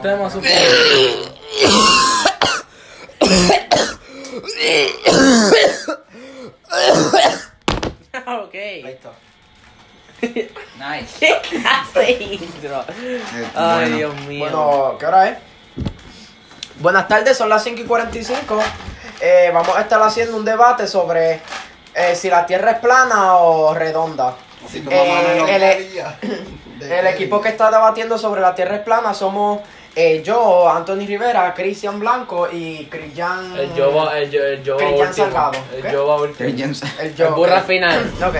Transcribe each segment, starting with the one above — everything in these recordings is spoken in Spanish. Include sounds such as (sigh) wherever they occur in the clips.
tema, supongo. (coughs) ok. Ahí está. (laughs) Nice. ¿Qué clase de intro? Ay, Eh, Bueno. Dios mío. Bueno, ¿qué hora es? Buenas tardes, son las 5 y 45. Eh, vamos a estar haciendo un debate sobre eh, si la Tierra es plana o redonda. Si Eh, el- e- El equipo que está debatiendo sobre la Tierra es plana somos eh, yo, Anthony Rivera, Cristian Blanco y Cristian... El yo va, el yo, el yo va Cristian último. Salgado, El ¿qué? yo va último. Chris Jensen. El El yo, burra ok. final. Ok.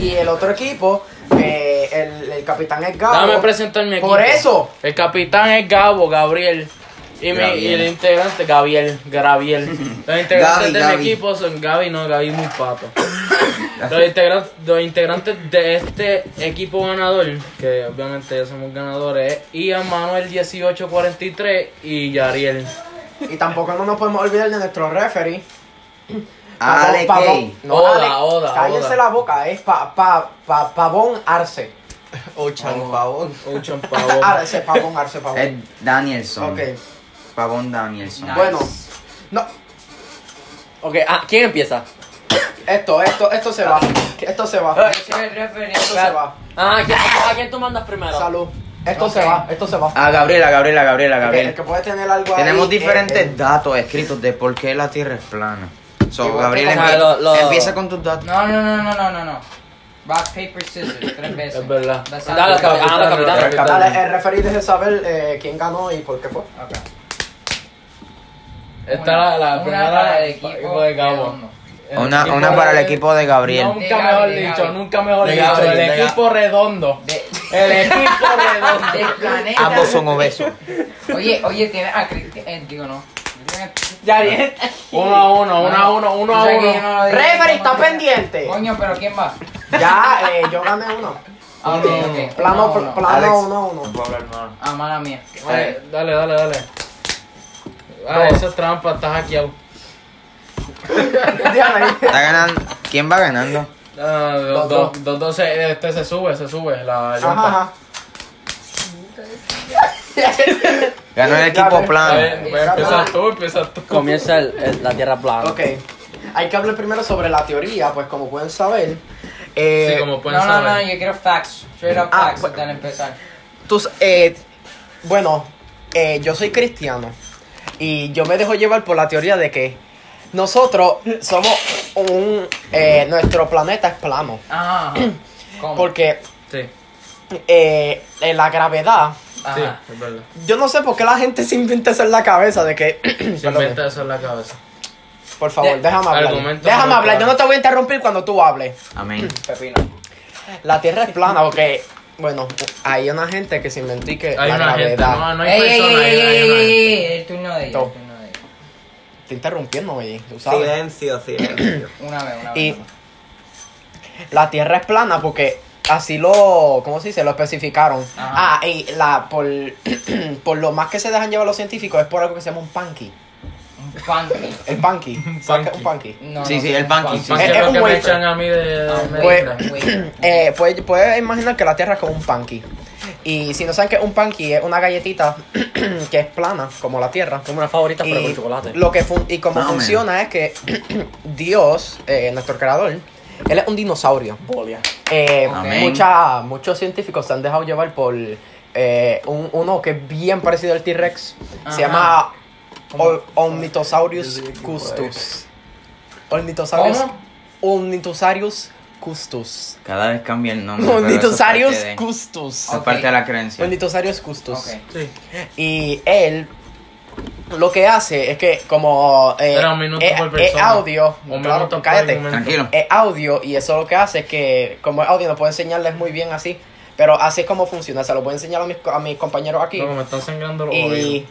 Y el otro equipo, eh, el, el capitán es Gabo. Dame presentar mi equipo. Por eso. El capitán es Gabo, Gabriel. Y, mi- Gabriel. y el integrante, Gabriel, (laughs) Gabriel. Los integrantes Gaby, de Gaby. mi equipo son Gaby, no, Gaby muy (coughs) pato. Los, integra- los integrantes de este equipo ganador, que obviamente ya somos ganadores, es Ian Manuel 1843 y Yariel. Y tampoco no nos podemos olvidar de nuestro referee. Pavón- Ale Kay. Pavón- no, Oda, Ale- Oda, Cállense Oda. la boca, es pa, pa, pa, Pavón (laughs) Arce. Ah, O Oh. Chanpavón. Ocean (laughs) Pavón. Arce, Pavón Arce, Pavón. Es Danielson. Ok, Pavón Danielson. Nice. bueno. No, Ok, ah, ¿quién empieza? esto, esto, esto se va. Esto se va. Esto Soy el referente. se va. Ah, ¿a quién, a quién tú mandas primero? Salud. Esto se va, esto se va. A Ah, Gabriela, Gabriela, Gabriela, El que- el Gabriela. que puede tener algo ahí eh, Tenemos es diferentes él. datos escritos de por qué la Tierra es plana. Y So, vos Gabriela, te empie- comes- Lo- lo- empieza con tus datos. No, no, no, no, no, no, no. Rock, paper, scissors. Tres veces. Es verdad. That's Dale, how it cabrón. Ah, no, capitán. capitán. Dale, el referee deje saber eh, quién ganó y por (laughs) qué fue. works. Ok. Está la, la Una primera para pa- el equipo equipo de Gabo. redondo. El Una, equipo una para el de- equipo de Gabriel. Nunca De Gaby, mejor de dicho, Gaby. nunca mejor De dicho. Gaby, el de Gaby. equipo redondo. (laughs) De- (laughs) El equipo redondo. Del planeta. Ambos son obesos. Oye, oye, tiene a Cristian. eh, digo, no. Yariel. Uno a uno, uno a uno, uno a Tú sabes que yo Pues no uno. lo digo. Referee, está pendiente. Coño, pero ¿quién va? Ya, eh, yo gané uno. Ah, ok, ok. Plano, Uno, uno. Alex. plano, uno, uno. Ah, mala mía. Dale, dale, dale. dale. Ah, eso es trampa, estás aquí. Dígame ahí. Está ganando. ¿Quién va ganando? Ah, dos, Dos, dos, dos, dos, se- este se sube, se sube. La, Ajá, ajá. Ganó el equipo Gabriel. A plano. ver, pues, empieza tú, empieza tú. Comienza el- el- la tierra (laughs) plana. Ok. Hay que hablar primero sobre la teoría, pues como pueden saber. eh, Sí, como pueden No, no, saber. no, yo quiero facts. Straight up Ah, facts bueno. antes de (clears throat) empezar. tus- eh, bueno, eh, yo soy cristiano. Y yo me dejo llevar por la teoría de que nosotros somos un. eh, nuestro planeta es plano. Ah, Ajá. ajá. ¿Cómo? Porque Sí, eh, eh, la gravedad. sí, Ajá. es verdad. Yo no sé por qué la gente se inventa eso en la cabeza de que. (clears throat) Se Perdón, inventa eso en la cabeza. por favor, De- déjame hablar. argumento déjame no hablar, claro. yo no te voy a interrumpir cuando tú hables. Amén. La Tierra es plana, porque, bueno, hay una gente que se inventó y que Hay Eh, la una gente, gravedad... no, no hay Ey, ey, persona, hay, ey, hay ey, ey, una ey, gente. ey, ey, el turno de ella, Todo. el turno de ella. Te interrumpiendo, oye, tú sabes. Silencio, silencio. Una vez, una vez. Y la Tierra es plana porque así lo, ¿cómo se dice? Lo especificaron. Ajá. Ah, y la, por, (clears throat) por lo más que se dejan llevar los científicos es por algo que se llama un panqui. Un panqui. El (laughs) panqui. ¿Sabes qué es un panqui? No, Sí, no, sí, Ah, que el un panqui, sí. Más que Es- es lo un que me wafer. echan a mí de, de Ah, (coughs) un medicina. wafer, wafer. (coughs) Eh, puedes, puedes imaginar que la Tierra es como un panqui. Y si no saben que un panqui es una galletita (clears throat) que es plana, como la Tierra. Como una favorita, pero con chocolate. Lo que fun- y como Más o funciona es que (clears throat) Dios, eh, nuestro creador, él es un dinosaurio. Bolia. Eh, Amén. mucha- muchos científicos se han dejado llevar por eh, un- uno que es bien parecido al T-Rex. Ajá. Se llama Ol- Omnitosaurus custus. Omnitosaurus. ¿Cómo? Omnitosaurus custus. Cada vez cambia el nombre. Ah, pero eso es Omnitosaurus parte de- custus. eso Es parte de la creencia. Omnitosaurus custus. Ok. Sí. Y él lo que hace es que como eh, Era un minuto es- por es persona. audio, Un claro, pues minuto por cállate, momento. Tranquilo. es audio y eso lo que hace es que como es audio no puedo enseñarles muy bien así, pero así es como funciona, se lo voy a enseñar a mis, co- a mis compañeros aquí. No, me están sangrando los y oídos.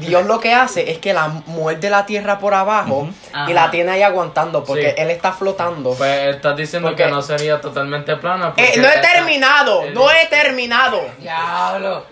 Dios lo que hace es que la muerde la tierra por abajo y la Ajá. tiene ahí aguantando porque Sí. él está flotando. Pues estás diciendo Porque- que no sería totalmente plana. Eh, porque no he esa- terminado, el- no he terminado. Diablo.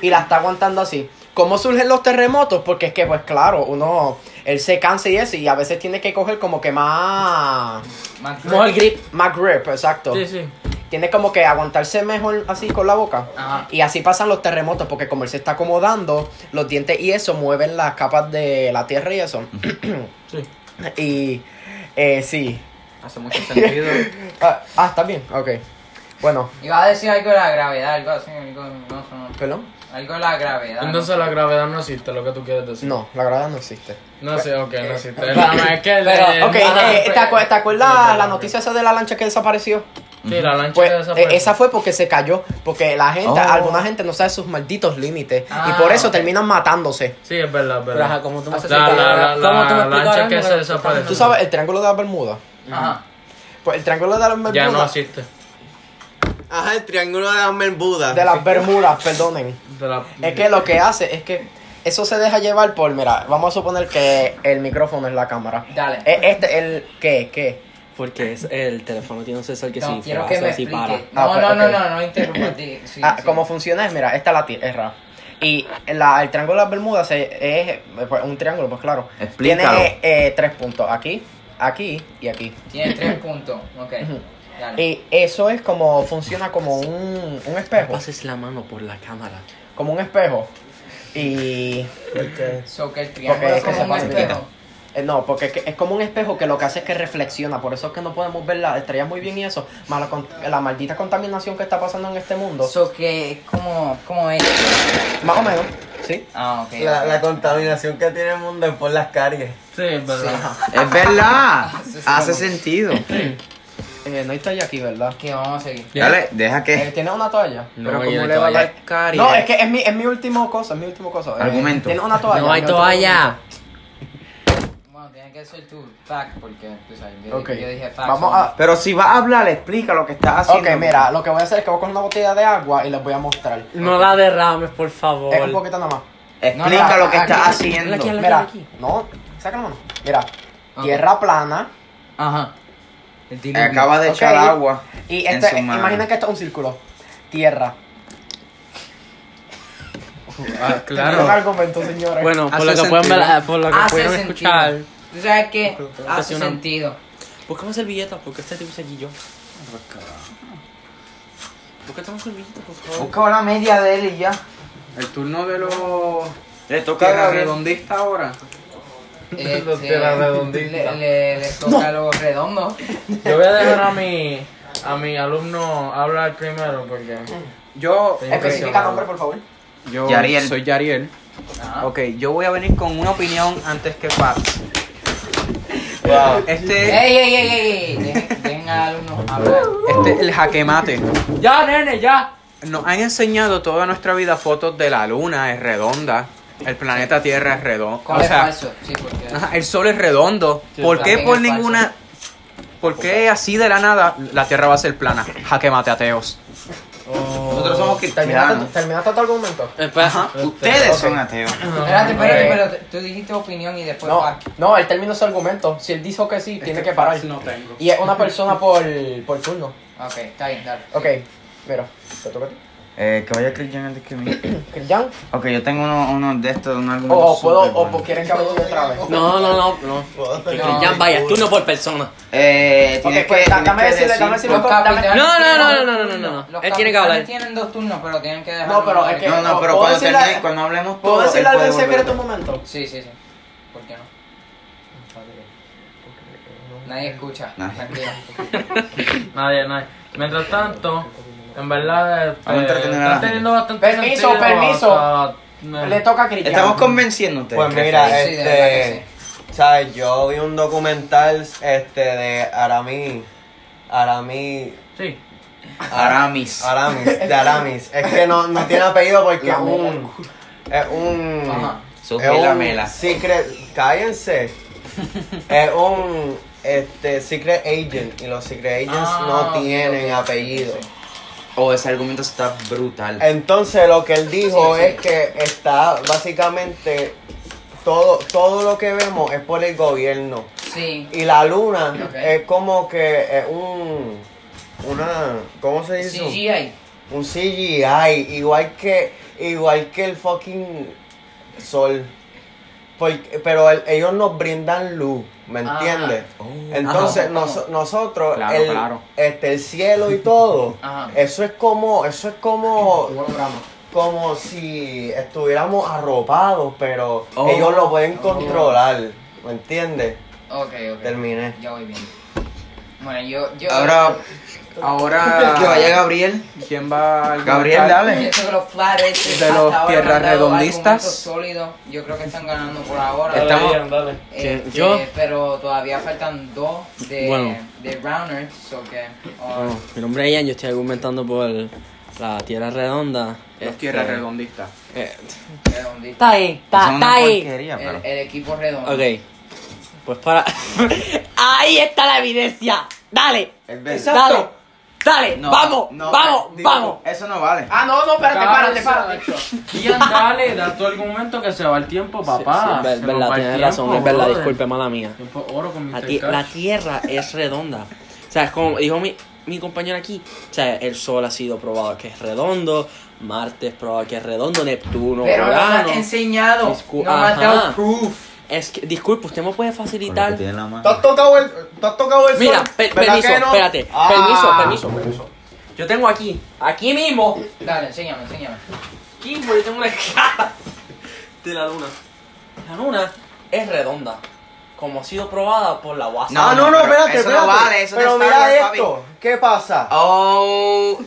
y la está aguantando así. ¿Cómo surgen los terremotos? Porque es que, pues claro, uno, él se cansa y eso, y a veces tiene que coger como que más, Man, Como el grip. más grip, exacto. Sí, sí. Tiene como que aguantarse mejor así con la boca. Ajá. Y así pasan los terremotos, porque como él se está acomodando, los dientes y eso mueven las capas de la tierra y eso. (clears throat) Sí. y eh, sí. Hace mucho sentido. Ah, ah, está bien, ok. Bueno, Iba a decir algo de la gravedad, algo así, algo, no, sé, no. perdón. algo de la gravedad. ¿no? Entonces la gravedad no existe, lo que tú quieres decir. No, la gravedad no existe. No sé, ok, no existe. No, no, es que el de- Pero, ok, ajá, eh, ¿te, acuer- te acuerdas Sí, perdón, la ok. noticia esa de la lancha que desapareció? Sí, la lancha Pues que eh, desapareció. esa fue porque se cayó, porque la gente, Oh. alguna gente no sabe sus malditos límites Ah, y por eso ok. terminan matándose. Sí, es verdad, es Pero verdad. ajá, ¿cómo tú me haces la, la, la, explicar? ¿Cómo tú me la lancha explicarás? que No, se no, desapareció. Tú sabes el triángulo de las Bermudas. Ajá. Pues el triángulo de las Bermudas. Ya no existe. Ajá, el triángulo de las Bermudas. de las Bermudas, perdonen. De la- Es que lo que hace es que eso se deja llevar por, mira, vamos a suponer que el micrófono es la cámara. Dale. Eh, Este, el, ¿qué? ¿Qué? Porque es- el teléfono tiene un sensor que No, sí, quiero frasa, que me sí explique. para. Ah, No, pues, no, no, ok. no, no interrumpa. di- sí, ah, sí. ¿Cómo funciona? es, Mira, esta es la tierra. Y la, el triángulo de las Bermudas se- es, eh, pues, un triángulo, pues claro. Explícalo. Tiene eh, tres puntos, aquí, aquí y aquí. Tiene tres puntos. Ok. Dale. Y eso es como, funciona como un, un espejo, Pases la mano por la cámara. como un espejo. Y... So que el triángulo Ok, es como que se un pasa, espejo. Eh, No, porque es que- es como un espejo que lo que hace es que reflexiona, por eso es que no podemos ver las estrellas muy bien y eso, más la, con- la maldita contaminación que está pasando en este mundo. So que es como, como es. Más o menos, ¿sí? Ah, ok. La, la contaminación que tiene el mundo es por las caries. Sí, es verdad. es (laughs) verdad. Hace Hace sentido. Eh, no hay toalla aquí, ¿verdad? Ok, vamos a seguir. Dale, deja Eh, que. ¿Tienes una toalla? No, Pero y como no le va a toalla. dar caries. No, es que es mi, es mi último cosa, es mi último cosa. Eh, Argumento. ¿Tienes una toalla? No hay Mi último toalla. Bueno, tiene que ser tu fact porque tú sabes, yo, Ok. yo dije fact. Vamos so- a... Pero si vas a hablar, explica lo que estás Ok, haciendo. mira, lo que voy a hacer es que voy a coger una botella de agua y les voy a mostrar. No la derrames, por favor. Es un poquito nada más. Explica No, no, lo que aquí, estás aquí, haciendo. aquí, Mira, aquí. no, saca la mano. Mira, Ok. tierra plana. Ajá. Eh, El diluvio. Eh, Acaba de Ok, echar y- agua. Y en esto, su eh, mano. imagina que esto es un círculo. Tierra. (laughs) Ah, Un claro. argumento, señores. Bueno, por Hace lo que pueden sentido. ver, por lo que Hace pudieron sentido. escuchar. Tú sabes que hace Hace una- sentido. Buscamos servilletas, porque este tipo es allí yo. Busca una servilleta, por favor. Busca una media de él y ya. El turno de los Le toca tierra a Gabriel. redondistas ahora. Este, Los tierra redonditas. le, le, le toca lo (laughs) redondo. Yo voy a dejar a mi, a mi alumno hablar primero porque. Yo, Eh. Especifica nombre, por favor. yo Yariel. soy Yariel. Ah. Ajá. Ok, yo voy a venir con una opinión antes que Pat. Este Ey, ey, ey, ey, ey. Dejen, dejen al alumno hablar. este es el jaquemate. Ya, nene, ya. Nos han enseñado toda nuestra vida fotos de la luna, es redonda. El planeta Tierra es redondo. ¿Cómo O es sea, falso? Sí, porque. ajá, el sol es redondo. ¿Por qué también por es falso. ninguna... ¿Por qué así de la nada la Tierra va a ser plana? Jaquemate ateos. Nosotros somos Termina cristianos. tu- termina tu argumento. Espera. Ustedes son ateos. Espérate, espérate, pero te- tú dijiste opinión y después No, fact. no, él terminó su argumento. Si él dijo que sí, tiene que parar. tengo. Y es una persona por, por turno. Ok, está bien, dale. Ok, mira, te toca a ti. Eh, que vaya Cristian antes que mí. Cristian, Ok, yo tengo uno, uno de estos, un o argumento o Oh, puedo, súper o bueno. quieres que hable yo otra vez. No, no, no, no. Que ya vaya, tú no por persona. Eh, Ok, tienes pues, que, da- tienes dame que decirle, dame decir- decirle. capitanes No, no, tienen no, dos no, no, no, turnos. no, no. Los Él tiene capitanes que hablar. tienen dos turnos, pero tienen que dejar. No, pero uno es que- libre. No, no, pero ¿Puedo cuando, decirle- termine- cuando hablemos ¿Puedo todo, decir él algo puede en volver. secreto un momento? Sí, sí, sí. ¿Por qué no? Nadie escucha. Nadie. Tranquilo. Nadie, nadie. Mientras tanto, en verdad. este, Vamos a entretener a la está gente. teniendo bastante. Permiso, sentido permiso. hasta- no. Le toca a Cristian. Estamos convenciéndote. Pues Rafael. mira, Sí, de verdad que este, sabes, yo vi un documental este de Aramis, Aramis, Sí. Aramis. Aramis, de Aramis. Es que no, no tiene apellido porque La es mela. un, es un, Ajá. Sujé es un la mela. secret, (laughs) cállense, es un, este, secret agent y los secret agents Ah, no ok, tienen ok. apellido. Sí. Oh, ese argumento está brutal. Eh, Entonces lo que él dijo Sí, sí. es que está básicamente todo, todo lo que vemos es por el gobierno. Sí. Y la luna Ok. es como que es un una ¿cómo se dice? CGI. Un CGI, igual que igual que el fucking sol. Porque- pero el- ellos nos brindan luz, ¿me Ah. entiendes? Entonces, Ajá. nos- nosotros, Oh. Claro, el, claro. Este, el cielo y todo, Ajá. eso es como, eso es como, holograma. como si estuviéramos arropados, pero Oh. ellos lo pueden controlar, ¿me entiendes? Ok, ok. Terminé. Ya voy bien. Bueno, yo. yo Ahora, Ahora. que vaya Gabriel. ¿Quién va a Gabriel, argumentar? dale. Pienso que los Flat Earthers De hasta los ahora tierras han dado redondistas. argumentos sólidos. Yo creo que están ganando por ahora. Dale, Estamos- Ian, dale. Este, Yo- Pero todavía faltan dos de, Bueno. de Rounders. So que, oh, Bueno, mi nombre es Ian, yo estoy argumentando por la tierra redonda. Los Este, tierras redondistas. eh, redondito. está bien, Son está, una está bien. porquería, El, Eh, pero- el equipo redondo. Ok, pues para. (laughs) ¡Ahí está la evidencia! ¡Dale! Es ¡Dale! ¡Dale! No, ¡Vamos! no, ¡Vamos! digo, ¡Vamos! Eso no vale. Ah, no, no, espérate, párate, párate. párate. Ian, dale, da tu argumento que se va el tiempo, papá. Sí, sí, es Se nos verdad, va el tienes tiempo, razón, es verdad, brother. disculpe, mala mía. Tiempo oro con La, Mr. tie- la Cash. Tierra es redonda. O sea, es como dijo mi, mi compañero aquí, o sea, el Sol ha sido probado que es redondo, Marte es probado que es redondo, Neptuno, Pero nos han Urano. enseñado. ah, Discu- no me han Ajá. dado proof. Es que, disculpe, usted me puede facilitar. ¿Tú has tocado el, tú has tocado el Mira, sol? per- ¿Verdad permiso, que no? espérate, Ah. permiso, permiso. Yo tengo aquí, aquí mismo, Dale, enséñame, enséñame. aquí mismo yo tengo una escala de la Luna. La Luna es redonda, como ha sido probada por la NASA. Ah, no, no, No, pero espérate, eso no espérate. vale, eso es pero de Star mira Wars, esto, ¿qué pasa? Oh.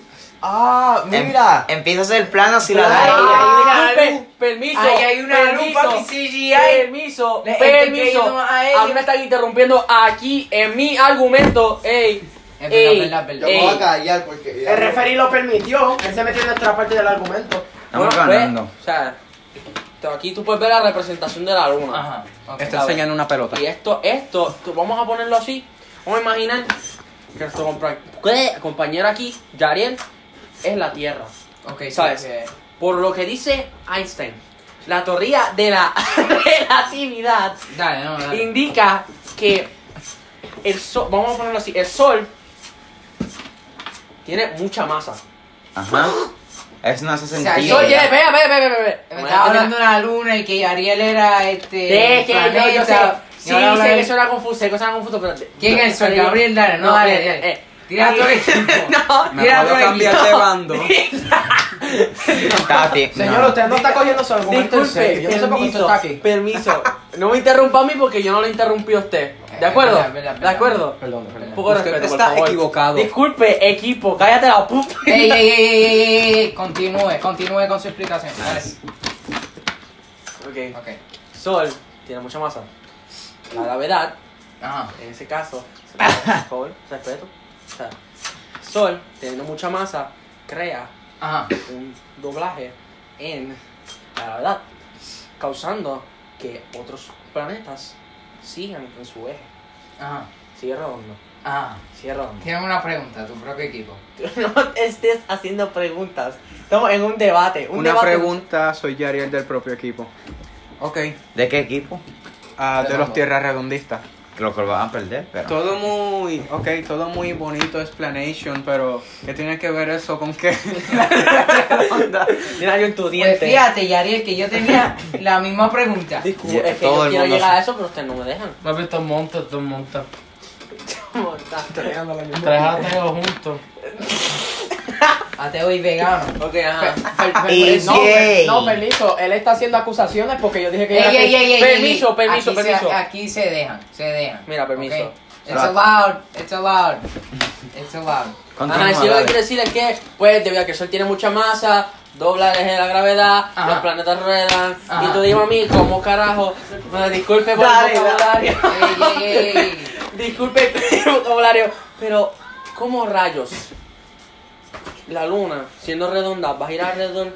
Ah, Em- mira. empieza a hacer planos y la Ay, Ay, da. ay, Disculpe, disculpe, permiso. Ahí hay una permiso, lupa que CGI. Permiso, Le- permiso. estoy cayendo a él. A mí me están interrumpiendo aquí en mi argumento. Ey, Es ey, verdad, verdad, eh. ey. verdad. callar porque. El referee lo permitió, él se metió en nuestra parte del argumento. Estamos Bueno, pues, ganando. o sea, tú- aquí tú puedes ver la representación de la luna. Ajá. ok. Está enseñando una pelota. Y esto, esto, tú- vamos a ponerlo así. Vamos a imaginar que nuestro compa- que compañero aquí, Yariel, es la Tierra. Ok, so ¿Sabes? que- Por lo que dice Einstein, la teoría de la (laughs) relatividad Dale, no, dale. indica que el sol, vamos a ponerlo así, el sol tiene mucha masa. Ajá. Eso no hace sea, El sentido. sol yo- tiene, ve, ve, ve, ve, ve, ve. Me estaba hablando de la luna y que Ariel era este. De que yo, yo sé, planeta. sí, Y ahora habla sé de- que suena confuso, sé que suena confuso, pero... ¿Quién es el sol? Pero- Gabriel, dale, no, dale, eh, dale. eh, Tira todo el (laughs) equipo. Me Tira puedo todo el cambiar equipo. de bando. Tati, Señor, no. usted no está cogiendo su argumento en Disculpe, serio. Yo no sé por qué usted está permiso, aquí. permiso. No me interrumpa a mí porque yo no le interrumpí a usted. ¿De acuerdo? Verdad, verdad, ¿De verdad. acuerdo? Perdón, Un perdón. poco de Usted respeto, por está favor. equivocado. Disculpe, equipo, cállate la puta. Ey, ey, ey, ey, ey, ey, ey, continúe, continúe con su explicación. Dale. Ok. Ok. Sol tiene mucha masa. La gravedad, Ajá. en ese caso, por favor, respeto. O sea, Sol, teniendo mucha masa, crea Ajá. un doblaje en la gravedad, causando que otros planetas sigan en su eje. Ajá. Sigue redondo, Ajá. sigue redondo. Tienen una pregunta, tu propio equipo. (laughs) No estés haciendo preguntas. Estamos en un debate. Un Una debate- pregunta, soy Yariel del propio equipo. Ok, ¿De qué equipo? ah, de los Redondo. tierras redondistas. Creo que lo van a perder, Ah. pero. Todo muy, ok, todo muy bonito explanation, pero ¿qué tiene que ver eso con (laughs) que Mira, yo en tu diente. Pues fíjate, Yariel, que yo (laughs) tenía la misma pregunta. Disculpe, Ya, es que todo yo el quiero mundo llegar hace- a eso, pero ustedes no me dejan. Papi, estos montas, estos montas. ok, Tres ateos juntos. Ateo y vegano. ajá. Y No, per- gay. no, permiso, él está haciendo acusaciones porque yo dije que Ey, era- ey, ey, ey, Permiso, ey, ey. permiso, aquí permiso. Se, aquí se dejan, se dejan. Mira, permiso. Ok. It's allowed, it's allowed, it's allowed. Ajá, sí, lo que quiero decir es que, pues, debido a que el sol tiene mucha masa, dobla el eje de la gravedad, Ajá. los planetas ruedan, Ajá. y tú dime a mí, ¿cómo carajo? Me disculpe por Dale, el vocabulario. (laughs) Ey, ey, ey, ey. disculpe por el vocabulario, pero, ¿cómo rayos la luna, siendo redonda, va a girar alrededor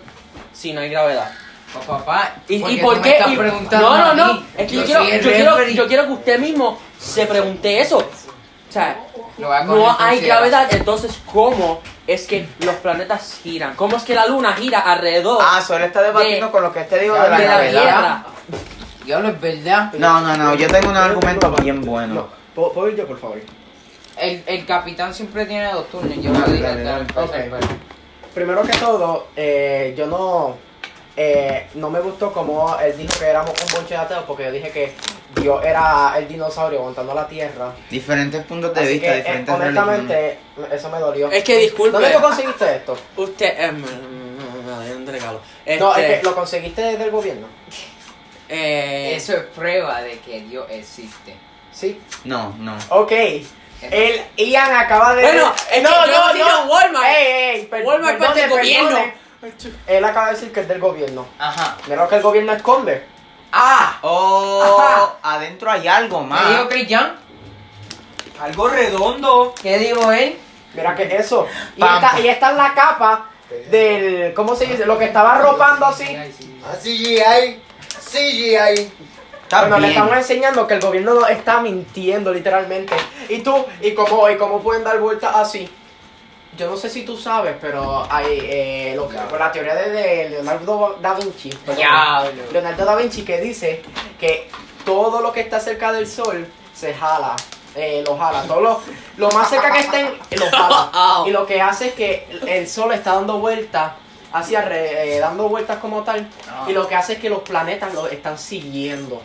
si no hay gravedad? Pues, papá, ¿Y, ¿por y qué por tú qué? me estás Y- preguntando no, a no, no. mí? Es que yo, Yo quiero, soy el yo, quiero, referee. yo quiero que usted mismo se pregunte eso. O sea, Lo voy a coger en no hay consideración. gravedad, entonces, ¿cómo es que los planetas giran? ¿Cómo es que la luna gira alrededor Ah, solo está debatiendo De- con lo que este dijo de de la la gravedad. Tierra? Diablo, es verdad. No, no, no, yo tengo un argumento bien bueno. No, ¿puedo, puedo ir yo, por favor? El, el capitán siempre tiene dos turnos. Yo Dale, lo dije, dale, dale, dale. dale, Primero que todo, eh, yo no. eh, no me gustó como él dijo que éramos un bonche de ateos porque yo dije que Dios era el dinosaurio aguantando la tierra. Diferentes puntos de Así vista, que, eh, diferentes religiones. honestamente, eso me dolió. Es que disculpe. ¿Dónde tú conseguiste (laughs) esto? Usted Eh, es. un regalo. No, es Este, que lo conseguiste del gobierno. eh, Eso es prueba de que Dios existe. Sí. No, no. Ok. El Ian acaba de. Bueno, es que yo he ido a Walmart. Ey, ey, per- Walmart es parte del perdone, gobierno. perdone. Él acaba de decir que es del gobierno. Ajá. Mira lo que el gobierno esconde. ¡Ah! ¡Oh! Ajá. Adentro hay algo ¿Qué dijo más. Cristian? Algo redondo. ¿Qué dijo él? Mira que eso. Y Pampa. esta, y esta es la capa del. ¿Cómo se dice? Lo que estaba arropando así. Ay, sí. Ah, CGI. CGI. Está Bueno, le bien. estamos enseñando que el gobierno nos está mintiendo literalmente. Y tú, y como, y cómo pueden dar vueltas así. Yo no sé si tú sabes, pero hay eh, lo que- la teoría de, de Leonardo da Vinci. perdón, Diablo. Leonardo da Vinci que dice que todo lo que está cerca del sol se jala. eh, lo jala. Todo lo, lo más cerca que estén, eh, lo (laughs) jala. Y lo que hace es que el sol está dando vueltas, hacia re- eh, dando vueltas como tal. Ah. Y lo que hace es que los planetas lo están siguiendo.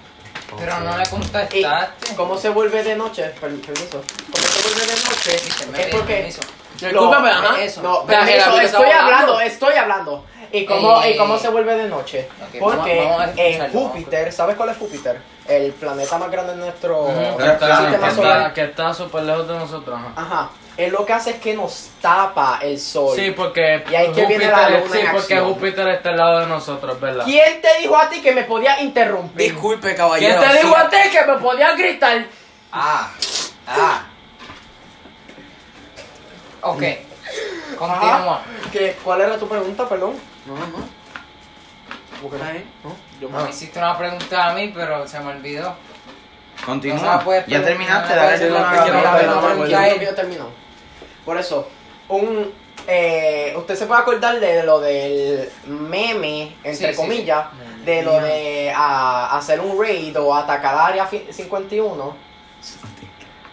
Pero no le Y contestaste. cómo se vuelve de noche, per- permiso. Cómo se vuelve de Viste, noche me es dio porque permiso. Disculpa, No, pero ajá. eso. no, Pero permiso, Gerardo, ¿te estoy estaba hablando? hablando, estoy hablando. Y cómo Ey. y cómo se vuelve de noche, Ok, vamos- porque vamos a en escucharlo, vamos a Júpiter, ¿sabes cuál es Júpiter? El planeta más grande de nuestro Ujú. Pero claro, sistema que solar. Está- que está súper lejos de nosotros. ajá. Ajá. Él lo que hace es que nos tapa el sol. Sí, porque Y ahí es que viene la luna sí, en porque acción. Júpiter está al lado de nosotros, ¿verdad? ¿Quién te dijo a ti que me podía interrumpir? Disculpe, caballero. ¿Quién te dijo sí. a ti que me podía gritar? Ah. Ah. Ok. Continúa. Ajá. ¿Qué- ¿Cuál era tu pregunta, perdón? No, no. Porque- Está bien. Yo me- Me hiciste una pregunta a mí, pero se me olvidó. No se Continúa. la puedes ya preguntar, terminaste, no la dale puedes una preguntar. Quiero vez. hablar Quiero hablar de con Manuel, Yael. yo creo que ya terminó. Por eso, un eh, usted se puede acordar de lo del meme, Sí, entre sí, comillas, de lo de ah, hacer un raid o atacar área fi- 51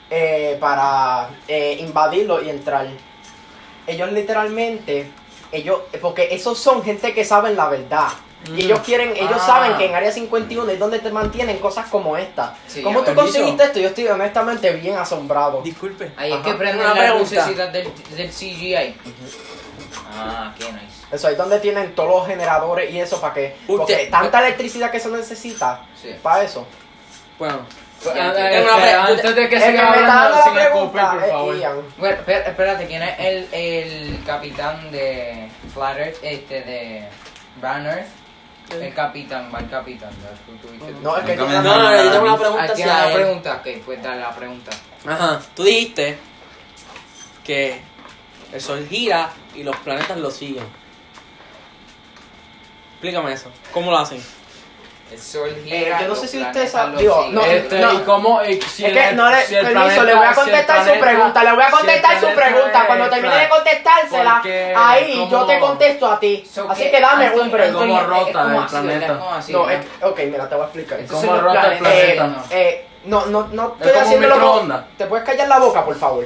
eh, para eh, invadirlo y entrar. Ellos literalmente, ellos, porque esos son gente que saben la verdad. Y ellos quieren, ellos Ah. saben que en área 51 es donde te mantienen cosas como esta. Sí, ¿Cómo tú permiso. conseguiste esto? Yo estoy honestamente bien asombrado. Disculpe. Ahí es Ajá. que Una prenden las pregunta. lucecitas del, del CGI. Ah, qué nice. Eso ahí es donde tienen todos los generadores y eso para que. Porque Usted- tanta electricidad que se necesita Sí. para eso. Bueno. Eh, Una este, pre- antes de que El siga me está hablando dando la sin escupir, pregunta eh, por es favor. Ian. Bueno, espera- espérate, ¿quién es el, el capitán de Flat Earth? Este de Brown Earth. El capitán, va el capitán. ¿verdad? Tú tuviste tu- No, es que Nunca tú- me- No, no, no, yo tengo una Ah, pregunta tiene hacia una él. pregunta. Ok, pues dale la pregunta. Ajá, tú dijiste que el sol gira y los planetas lo siguen. Explícame eso. ¿Cómo lo hacen? El sol Eh, gira. yo no sé los si planetas ustedes saben- los digo, siguen. no, Este, no. ¿y cómo? y si es que el- no le. si el permiso, planeta- le voy a si el contestar su planeta- pregunta. Le voy si a el contestar su planeta pregunta. es Cuando termine de flat, contestársela, porque ahí yo como- te contesto a ti. So Así que dame Antonio- un break. Como Antonio, es rota como el así, ¿verdad? planeta. Es como así, No, ¿no? es, ok, mira, te voy a explicar. Es Entonces, como los rota el planes- eh, planeta. eh, no, no, no Es estoy como un haciéndolo como- microondas. ¿Te puedes callar la boca, por favor?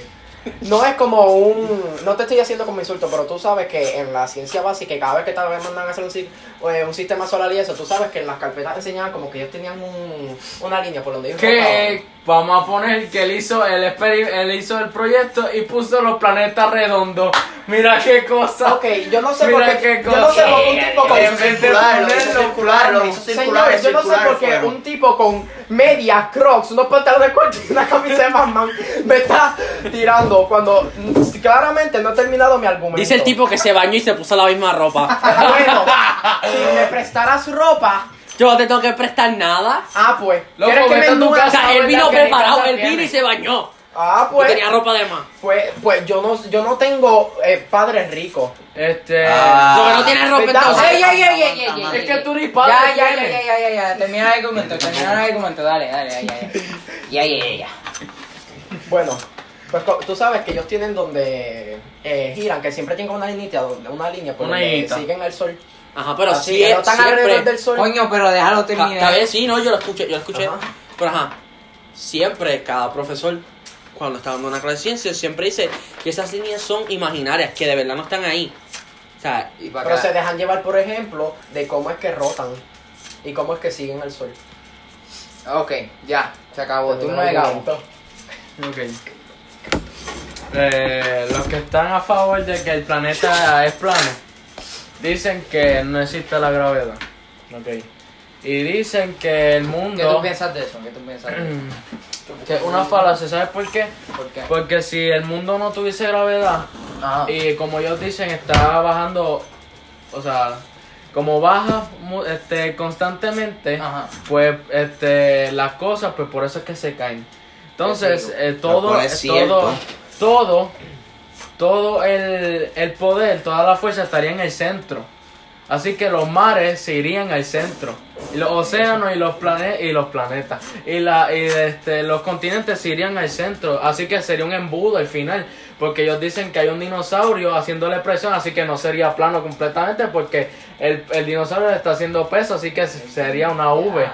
No es como un... No te estoy haciendo como insulto, pero tú sabes que en la ciencia básica, cada vez que te mandan a hacer un, si- eh, un sistema solar y eso, tú sabes que en las carpetas enseñaban como que ellos tenían un- una línea por donde ellos rotaban. Que vamos a poner que él hizo el, experi- él hizo el proyecto y puso los planetas redondos. Mira qué cosa. Ok, yo no sé por Mira qué... qué Yo no sé cosa. por qué un tipo con... En vez de Circular, lo hizo ponerlo- circular, lo hizo circular, Señores, yo no sé circular por qué fueron. un tipo con medias, crocs, unos pantalones de corte y una camisa de Batman me está tirando cuando mm, claramente no he terminado mi argumento. Dice el tipo que se bañó y se puso la misma ropa. (laughs) Bueno, si me prestaras ropa, Yo no te tengo que prestar nada. ah, pues. Loco, ¿Quieres que vete me a tu endurezca? O sea, él ¿verdad vino que mi preparado, casa él vino tiene? y se bañó. Ah, Y pues. tenía ropa de más. Pues, pues yo no, yo no tengo eh, padres ricos. Este. Ah. Yo que no tiene ropa ¿Verdad? entonces. Ey, ey, ey, ey, ey, ey, Es que tú ni padre Ya, ya, ya, tienes. ya, ya, ya, ya. Termina el argumento, termina el argumento. Dale, dale, ya, ya, ya. Ya, ya, ya, ya. Bueno, pues co- tú sabes que ellos tienen donde eh, giran, que siempre tienen una línea, una línea por Una donde línea. siguen el sol. Ajá, pero Así sí que es no están alrededor siempre. del sol. Coño, pero déjalo Ca- terminar. Cada vez sí, no, yo lo escuché, yo lo escuché. Ajá. Pero ajá, siempre cada profesor, cuando está dando una clase de ciencias, siempre dice que esas líneas son imaginarias, que de verdad no están ahí. O sea, Y para Pero acá. se dejan llevar, por ejemplo, de cómo es que rotan y cómo es que siguen el sol. Ok, ya, se acabó. Tú no llegabas. Argumento. Ok. Eh, los que están a favor de que el planeta es plano dicen que no existe la gravedad. Ok. Y dicen que el ¿Qué tú mundo piensas de eso? ¿Qué tú piensas de eso? (clears throat) que es una falacia, ¿sabes por qué? ¿Por qué? Porque si el mundo no tuviese gravedad Ajá. y como ellos dicen está bajando, o sea, como baja mu- este constantemente, Ajá. pues este las cosas pues por eso es que se caen entonces eh, Lo todo cual pues es todo cierto. todo todo el, el poder toda la fuerza estaría en el centro así que los mares se irían al centro y los océanos y los planetas y los planetas y la y, este los continentes se irían al centro así que sería un embudo al final porque ellos dicen que hay un dinosaurio haciéndole presión así que no sería plano completamente porque el, el dinosaurio le está haciendo peso así que sería una V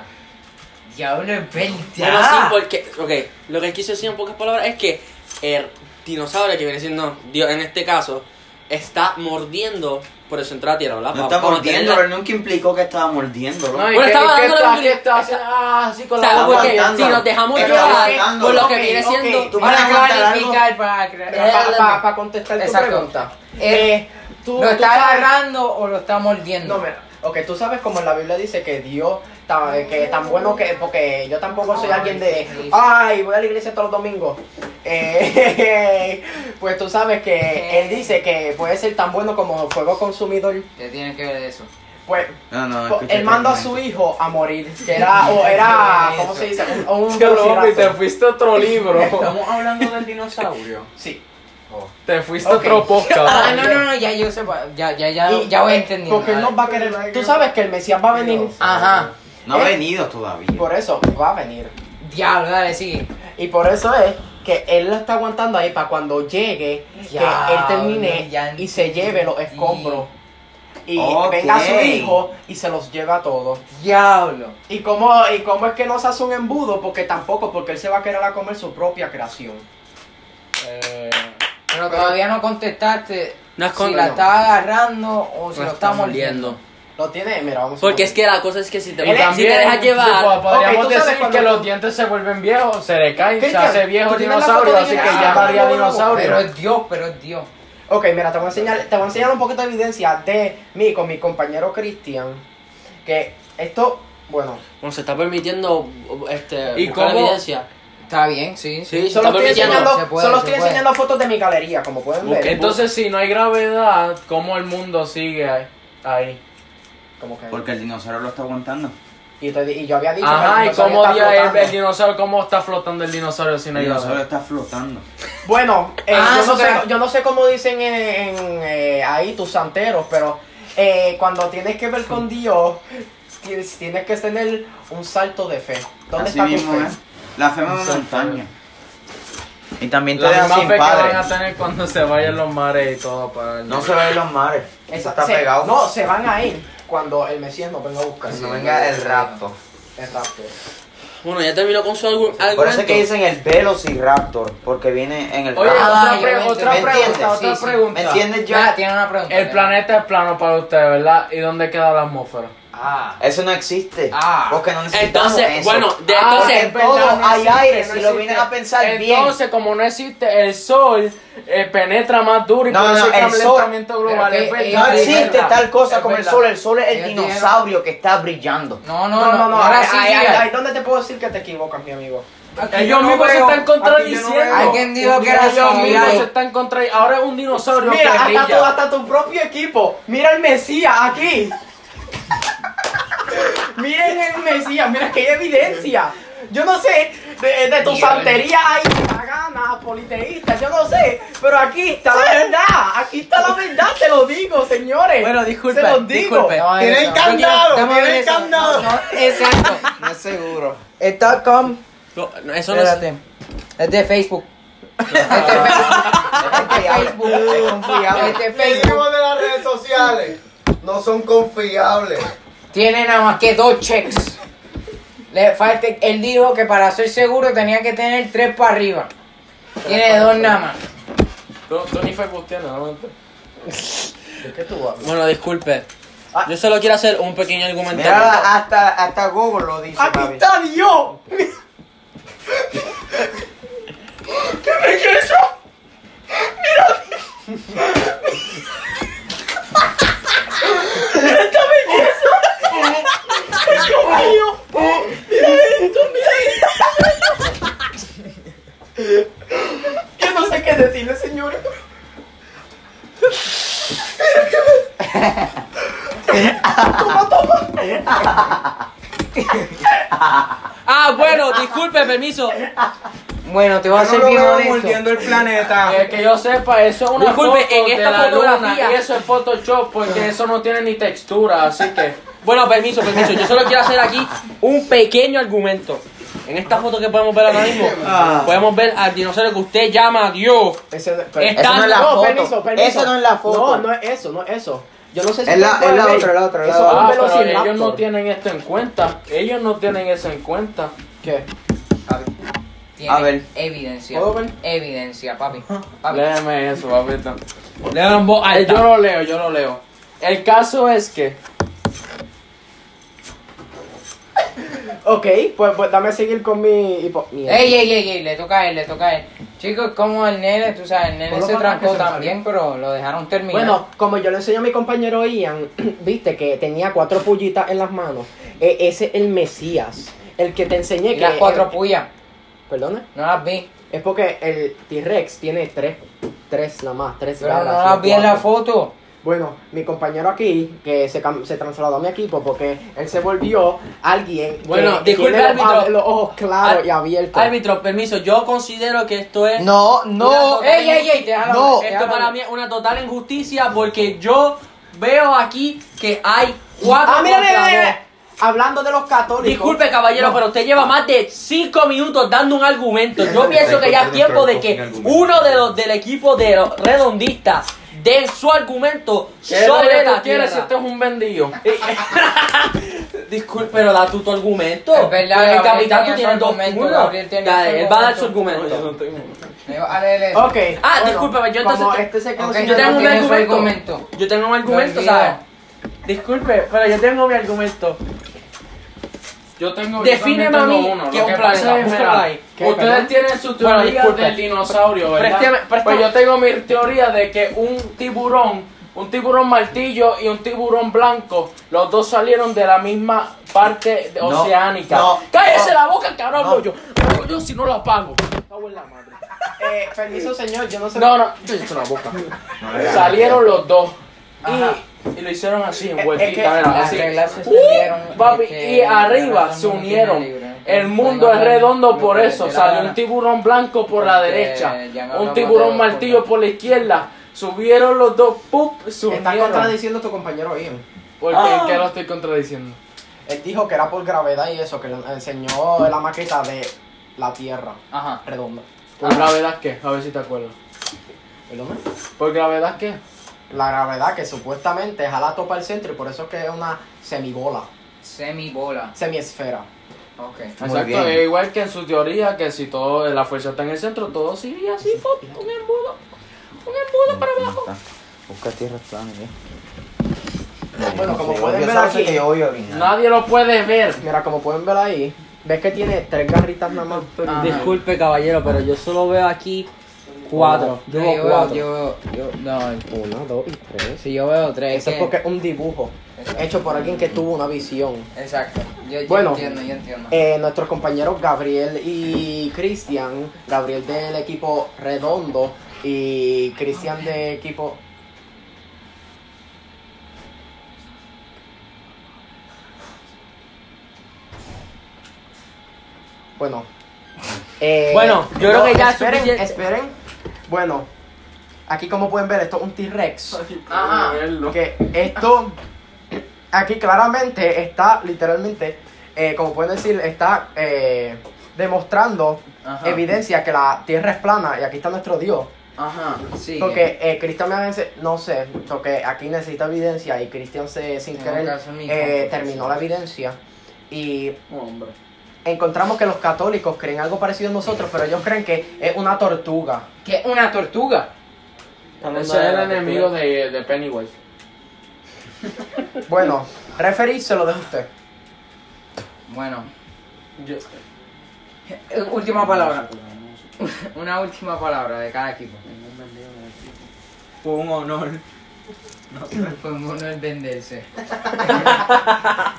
Diablo, es verdad. Bueno, sí, porque, ok, lo que quiso decir en pocas palabras es que el dinosaurio que viene siendo Dios en este caso está mordiendo por el centro de la tierra, ¿verdad? No Pa- está pa mordiendo, mantenerla- él nunca implicó que estaba mordiendo, No, y Bueno, que- estaba y que dándole está- un- que está haciendo- (laughs) ah, así con O la sea, boca. porque aguantando. si nos dejamos Está llevar aguantando. por lo Ok, que viene ok, siendo... tú vas a Para cantar algo. clarificar, para, para, contestar Exacto. tu pregunta. Eh, Eh, tú, ¿Lo tú está sabes- agarrando o lo está mordiendo? No, mira, ok, tú sabes como en la Biblia dice que Dios, ta- eh, que tan bueno que, porque yo tampoco soy alguien de, ay, voy a la iglesia todos los domingos. Eh, (laughs) pues tú sabes que Él dice que puede ser tan bueno como fuego consumidor. ¿Qué tiene que ver eso? Pues No, Ah, no, po- escucha Él mandó a este su hijo a morir, que era, (laughs) o era, ¿cómo se dice? Un, (laughs) (laughs) un velociraptor. fuiste a (laughs) otro libro. Estamos hablando del dinosaurio. Sí. Te fuiste a otro podcast. Ah, no, no, no, ya eh, yo sé, pues, ya, ya, ya, Y- ya voy entendiendo. Porque él dale. nos va a querer, tú sabes que el Mesías va a venir, Ajá, momento. No ha Eh. venido todavía. por eso va a venir. diablo, dale, sigue. Y por eso es que él lo está aguantando ahí para cuando llegue, que Diablo, él termine ya y se lleve los escombros. Y Ok. venga su hijo y se los lleva a todos. Diablo. ¿Y cómo, ¿Y cómo es que no se hace un embudo? Porque tampoco, porque él se va a querer a comer su propia creación. Pero todavía no contestaste No es si con- la no. está agarrando o si No lo está está mordiendo. Lo tiene, mira, vamos a Porque ver. es que la cosa es que si te, Y si te dejas llevar... Podríamos Ok, tú sabes decir cuando que tú- los dientes se vuelven viejos, se le caen, se Cristian, hace viejo ¿tú tienes la foto dinosaurio, de así que Jonathan? ya daría Ah, Pero dinosaurio. es Dios, pero es Dios. Ok, mira, te voy, a enseñar, te voy a enseñar un poquito de evidencia de mí con mi compañero Cristian. Que esto, bueno, Bueno, se está permitiendo este, ¿Y buscar cómo? evidencia. Está bien, sí. solo Sí, está estoy permitiendo. enseñando, se puede, solo se estoy puede. enseñando fotos de mi galería, como pueden ver. Entonces, si no hay gravedad, ¿cómo el mundo sigue ahí? ahí? Como que- Porque el dinosaurio lo está aguantando. Y, te di- y yo había dicho que Ajá, el ¿y dinosaurio cómo está dia- el, flotando. el dinosaurio? ¿Cómo está flotando el dinosaurio si no El hay dinosaurio gravedad? está flotando. Bueno, eh, Ah, yo, eso no sé, será. yo no sé cómo dicen en, en, eh, ahí tus santeros, pero eh, cuando tienes que ver con Dios, tienes, tienes que tener un salto de fe. ¿Dónde Así está mismo ¿eh? tu fe? es. La fe es una Exacto. montaña. Y también te La deja misma fe sin que van a padre. tener cuando se vayan los mares y todo para el No se ven los mares. Eso Esa- está se- pegado. No, se van a ir cuando el Mesías nos venga a buscar. Cuando venga el rapto. Exacto. Bueno, ya terminó con su algu- argumento. Por eso es que dicen el Velociraptor, porque viene en el Oye, rapto. Ah, otra, pre- yo me otra pregunta, entiendo. ¿Me otra entiendes? Sí, sí. pregunta. ¿Me entiendes yo? Ya, tiene una pregunta. El ya. planeta es plano para ustedes, ¿verdad? ¿Y dónde queda la atmósfera? Ah. Eso no existe. Ah. Porque no necesitamos Entonces, eso. bueno, de, Ah, entonces... es verdad, todo hay existe, aire, si lo existe. vienes a pensar bien. Entonces, como no existe, el sol eh, penetra más duro y No, por no, eso el cambio sol- calentamiento global. Pero es que- verdad, no es existe verdad. tal cosa Es como el verdad. sol. El sol es el Ellos tienen- dinosaurio que está brillando. No, no, No, no, no, ahora ahí, sí, ahí- ya. ahí- ahí donde te puedo decir que te equivocas, mi amigo. Ellos mismos se están contradiciendo. Alguien dijo que era Ellos así. mismos se ahí. están contradiciendo. Ahora es un dinosaurio Mira, que brilla. hasta tu, hasta tu propio equipo. Mira el Mesías aquí. Miren el Mesías, mira que hay evidencia. Yo no sé, de, de tu santería ahí, pagana, politeísta, yo no sé, pero aquí está la verdad, aquí está la verdad, te lo digo, señores. Bueno, disculpe, Se los digo. disculpe. No, Tiene eso. el candado, Dame tiene ver el eso. candado. No, exacto. No es seguro. Está con. No, no, eso no es... Espérate. Es de Facebook. Es de Facebook. Es de Facebook. de las redes sociales no son confiables. Tiene nada más que dos checks. Le falta, él dijo que para ser seguro tenía que tener tres para arriba. Tiene dos nada más. Tú, tú ni Facebook tienes, no ¿De qué tú hablas? Bueno, disculpe. Ah. Yo solo quiero hacer un pequeño argumentario. Mira, hasta, hasta Google lo dice, ¡Aquí Gaby. está Dios! ¡Qué belleza! ¡Mira! ¡Esta belleza! ¡Dios mío! ¡Mira esto, mira esto! Yo no sé qué decirle, señora. Ah, bueno, disculpe, permiso. Bueno, te voy a no hacer lo bien veo honesto. mordiendo el planeta. Eh, que yo sepa, eso es una Disculpe, foto en de esta la fotografía- luna y eso es Photoshop porque eso no tiene ni textura, así que Bueno, permiso, permiso. Yo solo quiero hacer aquí un pequeño argumento. En esta foto que podemos ver ahora (laughs) mismo, Ah. podemos ver al dinosaurio que usted llama Dios. Ese, Está- Eso no es la no, foto. permiso, permiso. Eso no es la foto. No, no es eso, no es eso. Yo no sé si Es la- ustedes es la pueden otra, ver. la otra, la Eso otra. Ah, es un pero velociraptor. ellos no tienen esto en cuenta. Ellos no tienen eso en cuenta. ¿Qué? Tiene A ver. Evidencia. ¿Puedo ver? Evidencia, papi. Papi. Léeme eso, papito. Le dan voz Eh, Yo lo leo, yo lo leo. El caso es que. Ok, pues, pues dame seguir con mi hipo... mi- Ey, ey, ey, ey, le toca a él, le toca a él. Chicos, como el nene, tú sabes, el nene Ponlo se para atrás, trancó que se me también, pero lo dejaron terminar. Bueno, como yo le enseñé a mi compañero Ian, (clears throat) viste que tenía cuatro pullitas en las manos. E- ese es el Mesías. El que te enseñé y que. las cuatro el- puyas, Perdona. no las vi. Es porque el T-Rex tiene tres. Tres nada más, tres Pero no garras, las vi en la cuatro. foto. Bueno, mi compañero aquí, que se, cam- se trasladó a mi equipo porque él se volvió alguien. que Bueno, tiene disculpe, los, árbitro. ab- los ojos claros Ar- y abiertos. Árbitro, permiso. Yo considero que esto es. No, no. Mira, Ey, ey, ey, déjalo. No. Esto déjalo. para mí es una total injusticia porque yo veo aquí que hay cuatro. ah, mira, mira, contra mira, dos. mira. Hablando de los católicos. Disculpe caballero, pero usted lleva más de 5 minutos dando un argumento. Yo pienso que ya es tiempo de que uno de los del equipo de los redondistas den su argumento ¿Qué sobre sobre tú la quieres si tierra. esto es un vendido? Disculpe, pero da tú tu argumento. Es verdad, Pero el Gabriel tenía capitán tú su tienes dos argumento, puntos. Gabriel tenía Ya, su Él va a dar su No, yo argumento. no tengo. Me va a leer eso. Ok. Ah, discúlpame, yo como entonces- este se Ok, (laughs) considera Yo tengo no un tiene su argumento. Yo tengo un argumento, ¿sabes? Disculpe, pero yo tengo mi argumento. Yo tengo. yo Defíneme a también mí tengo uno. que Lo un que planeta. pasa es, Búscalo mira, ahí. ¿Qué, ustedes perdón? tienen su Bueno, teoría disculpe. del dinosaurio, ¿verdad? Présteme- présteme- Pues yo tengo mi teoría de que un tiburón, un tiburón martillo y un tiburón blanco, los dos salieron de la misma parte de- No, oceánica. no, ¡Cállese no. la boca, cabrón! No. Yo, yo si no lo apago. Cago en la madre. Eh, permiso, señor, yo no sé. No, no, cállese la boca. Salieron los dos. Ajá. Y, y lo hicieron así, en Es- vueltita, es que mira, Las así. reglas se Uh, unieron, papi, este, y arriba todo el se mundo tiene unieron. libre. El mundo es Venga, redondo me por parece eso. la Salió gana. un tiburón blanco por la Porque derecha, ya no un hablamos de tiburón los martillo puntos. por la izquierda. Subieron los dos, ¡pup! Está Subieron. contradiciendo a tu compañero Ian. Porque Ah. ¿qué lo estoy contradiciendo? Él dijo que era por gravedad y eso, que le enseñó la maqueta de la Tierra Ajá. redonda. ¿Por gravedad qué? A ver si te acuerdas. ¿Perdón? ¿Por gravedad qué? La gravedad que supuestamente jala todo para el centro y por eso es que es una semibola, Semibola. semiesfera. Ok. Exacto, es igual que en su teoría, que si todo la fuerza está en el centro, todo sigue así, ¡pup! Un embudo. Un embudo para abajo. Busca tierra plana, ya. Bueno, como este Sí, pueden yo ver solo aquí- sé que yo voy a orinar. Nadie lo puede ver. Mira, como pueden ver ahí, ves que tiene tres garritas nada más. Ajá. Disculpe, caballero, pero yo solo veo aquí cuatro. Yo, Yo veo veo, cuatro. yo veo, yo, no, Una, dos y tres. si yo veo tres. Eso es que- porque es un dibujo hecho por alguien que tuvo una visión. Exacto. Yo, yo Bueno. entiendo, yo entiendo. Eh, nuestros compañeros Gabriel y Cristian, Gabriel del equipo redondo y Cristian de equipo... Bueno. eh, Bueno, yo creo que ya es esperen, suficiente. esperen. Bueno, aquí como pueden ver esto es un T-Rex. Ajá. Que esto, aquí claramente está, literalmente, eh, como pueden decir, está eh, demostrando Ajá. evidencia que la tierra es plana y aquí está nuestro Dios. Ajá. Sí. Porque eh, Cristian me hace, no sé, porque aquí necesita evidencia y Cristian se, sin En querer caso mío. eh, terminó la evidencia. Y Hombre. encontramos que los católicos creen algo parecido a nosotros, pero ellos creen que es una tortuga. Que una tortuga. Ese es el enemigo de, de Pennywise. Bueno, referir se lo dejo a usted. Bueno. Eh, Última palabra. (laughs) Una última palabra de cada equipo. Fue un honor. (laughs) Fue un honor venderse.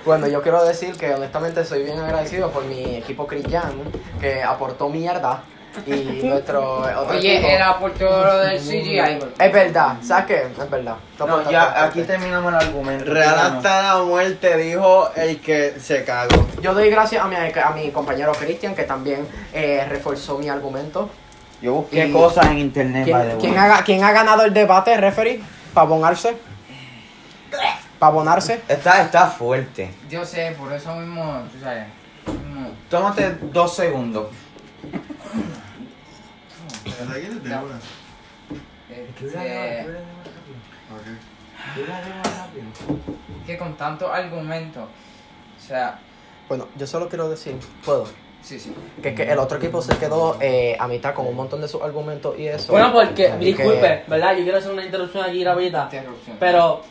Bueno, yo quiero decir que honestamente soy bien agradecido por mi equipo Cristian, que aportó mierda. (laughs) Y nuestro otro equipo- Oye, él aportó lo del CGI. Es verdad, ¿sabes qué? Es verdad. Tú No, aportaste ya, bastante. aquí terminamos el argumento. Real Ya no. hasta la muerte, dijo el que se cagó. Yo doy gracias a mi, a mi compañero Cristian, que también eh, reforzó mi argumento. Yo busqué Y- cosas en internet ¿Quién, para quién ha, ga- quién ha ganado el debate, referee? ¿Para abonarse? ¿Para abonarse? Está, está fuerte. Yo sé, por eso mismo, tú sabes. no, Tómate dos segundos. este, que con tanto argumento. O sea, Bueno, yo solo quiero decir, puedo, sí, sí. que, que el otro equipo se quedó eh, a mitad con un montón de sus argumentos y eso. Bueno, porque, Así que- disculpe, ¿verdad? Yo quiero hacer una interrupción aquí rapidita. Interrupción. Pero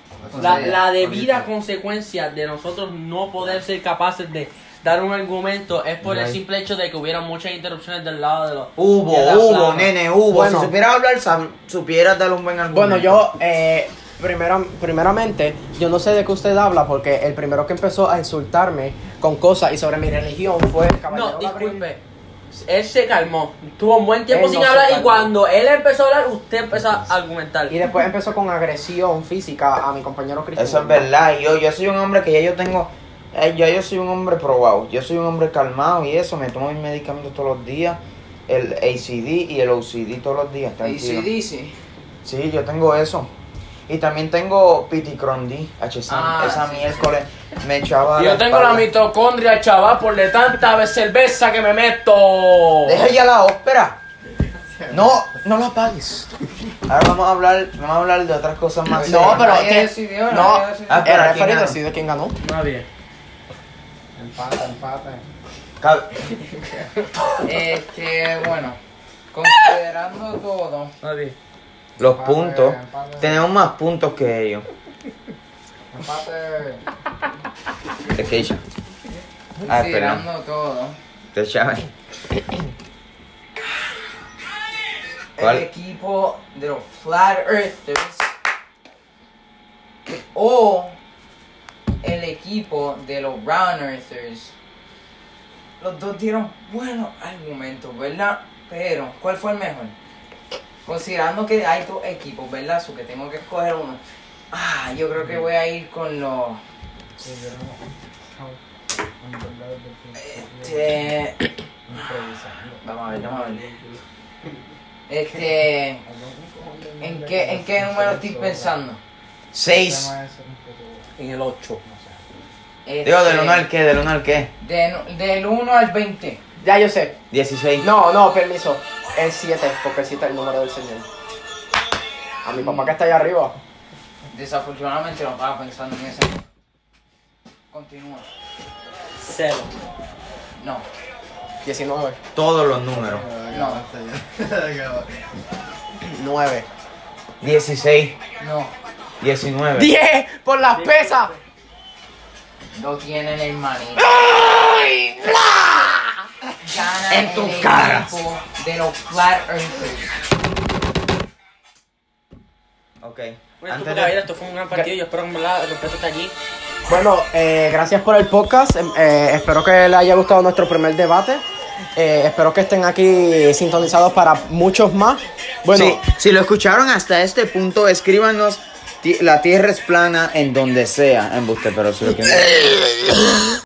la, la debida Ahorita. consecuencia de nosotros no poder ser capaces de dar un argumento es por el simple hecho de que hubiera muchas interrupciones del lado de los... Hubo, de la hubo, plana. nene, hubo. Bueno. si supieras hablar, sab- supieras dar un buen argumento. Bueno, yo, eh, primero, primeramente, yo no sé de qué usted habla porque el primero que empezó a insultarme con cosas y sobre mi religión fue el caballero No, Gabriel. disculpe. Él se calmó. Tuvo un buen tiempo Él sin no se hablar y calmó. cuando él empezó a hablar, usted empezó a argumentar. Y después empezó con agresión física a mi compañero Cristian. Eso es verdad. Yo, yo soy un hombre que ya yo tengo. eh, ya yo soy un hombre probado. Yo soy un hombre calmado y eso. Me tomo mis medicamentos todos los días. El ACD y el OCD todos los días. tranquilo. ACDC. Sí, yo tengo eso. Y también tengo piticrondi, HSM. Ah, esa sí, miércoles me echaba. Yo tengo la espalda. mitocondria, chaval, por de tanta vez cerveza que me meto. Deja ya la ópera. No, no la apagues. Ahora vamos a hablar, vamos a hablar de otras cosas más. No, serias. pero Nadie que- decidió, no, nadie decidió. ah, El Pero aquí referee ganó. decide quién ganó. Nadie. Cab- Este, bueno, considerando todo, Nadie. Los puntos. Tenemos más puntos que ellos. empate, De Keisha. Ah, perdón. considerando todo, De Chávez. el ¿Cuál? equipo de los Flat Earthers o el equipo de los Round Earthers, los dos dieron buenos argumentos, ¿verdad? Pero, ¿cuál fue el mejor? Considerando que hay dos equipos, ¿verdad? Su que tengo que escoger uno. Ah, yo creo que voy a ir con los. Este. Vamos a ver, vamos a ver. Este. ¿En qué, ¿En qué número estoy pensando? Seis. En el 8. Este, Digo, del 1 al qué, del 1 al qué. de- del 1 al 20. Ya yo sé. 16. No, no, permiso. El 7, porque el 7 es el número del señor. A mi papá que está allá arriba. Desafortunadamente no estaba pensando en ese. Continúa. 0. No, 19. Todos los números. no, 9. 16. no. 19. 10 por las pesas. Lo tienen el maní. Gana En tus el caras. equipo De los Flat Earthers. Ok. Bueno, Antes Antes de- esto fue un gran partido. Yo espero que me la respeto hasta aquí. Bueno, eh, gracias por el podcast. Em- eh, espero que les haya gustado nuestro primer debate. Eh, espero que estén aquí sintonizados para muchos más. Bueno, Sí, si lo escucharon hasta este punto, escríbanos. "Ti- La tierra es plana en donde sea, en buste, pero si lo quieren-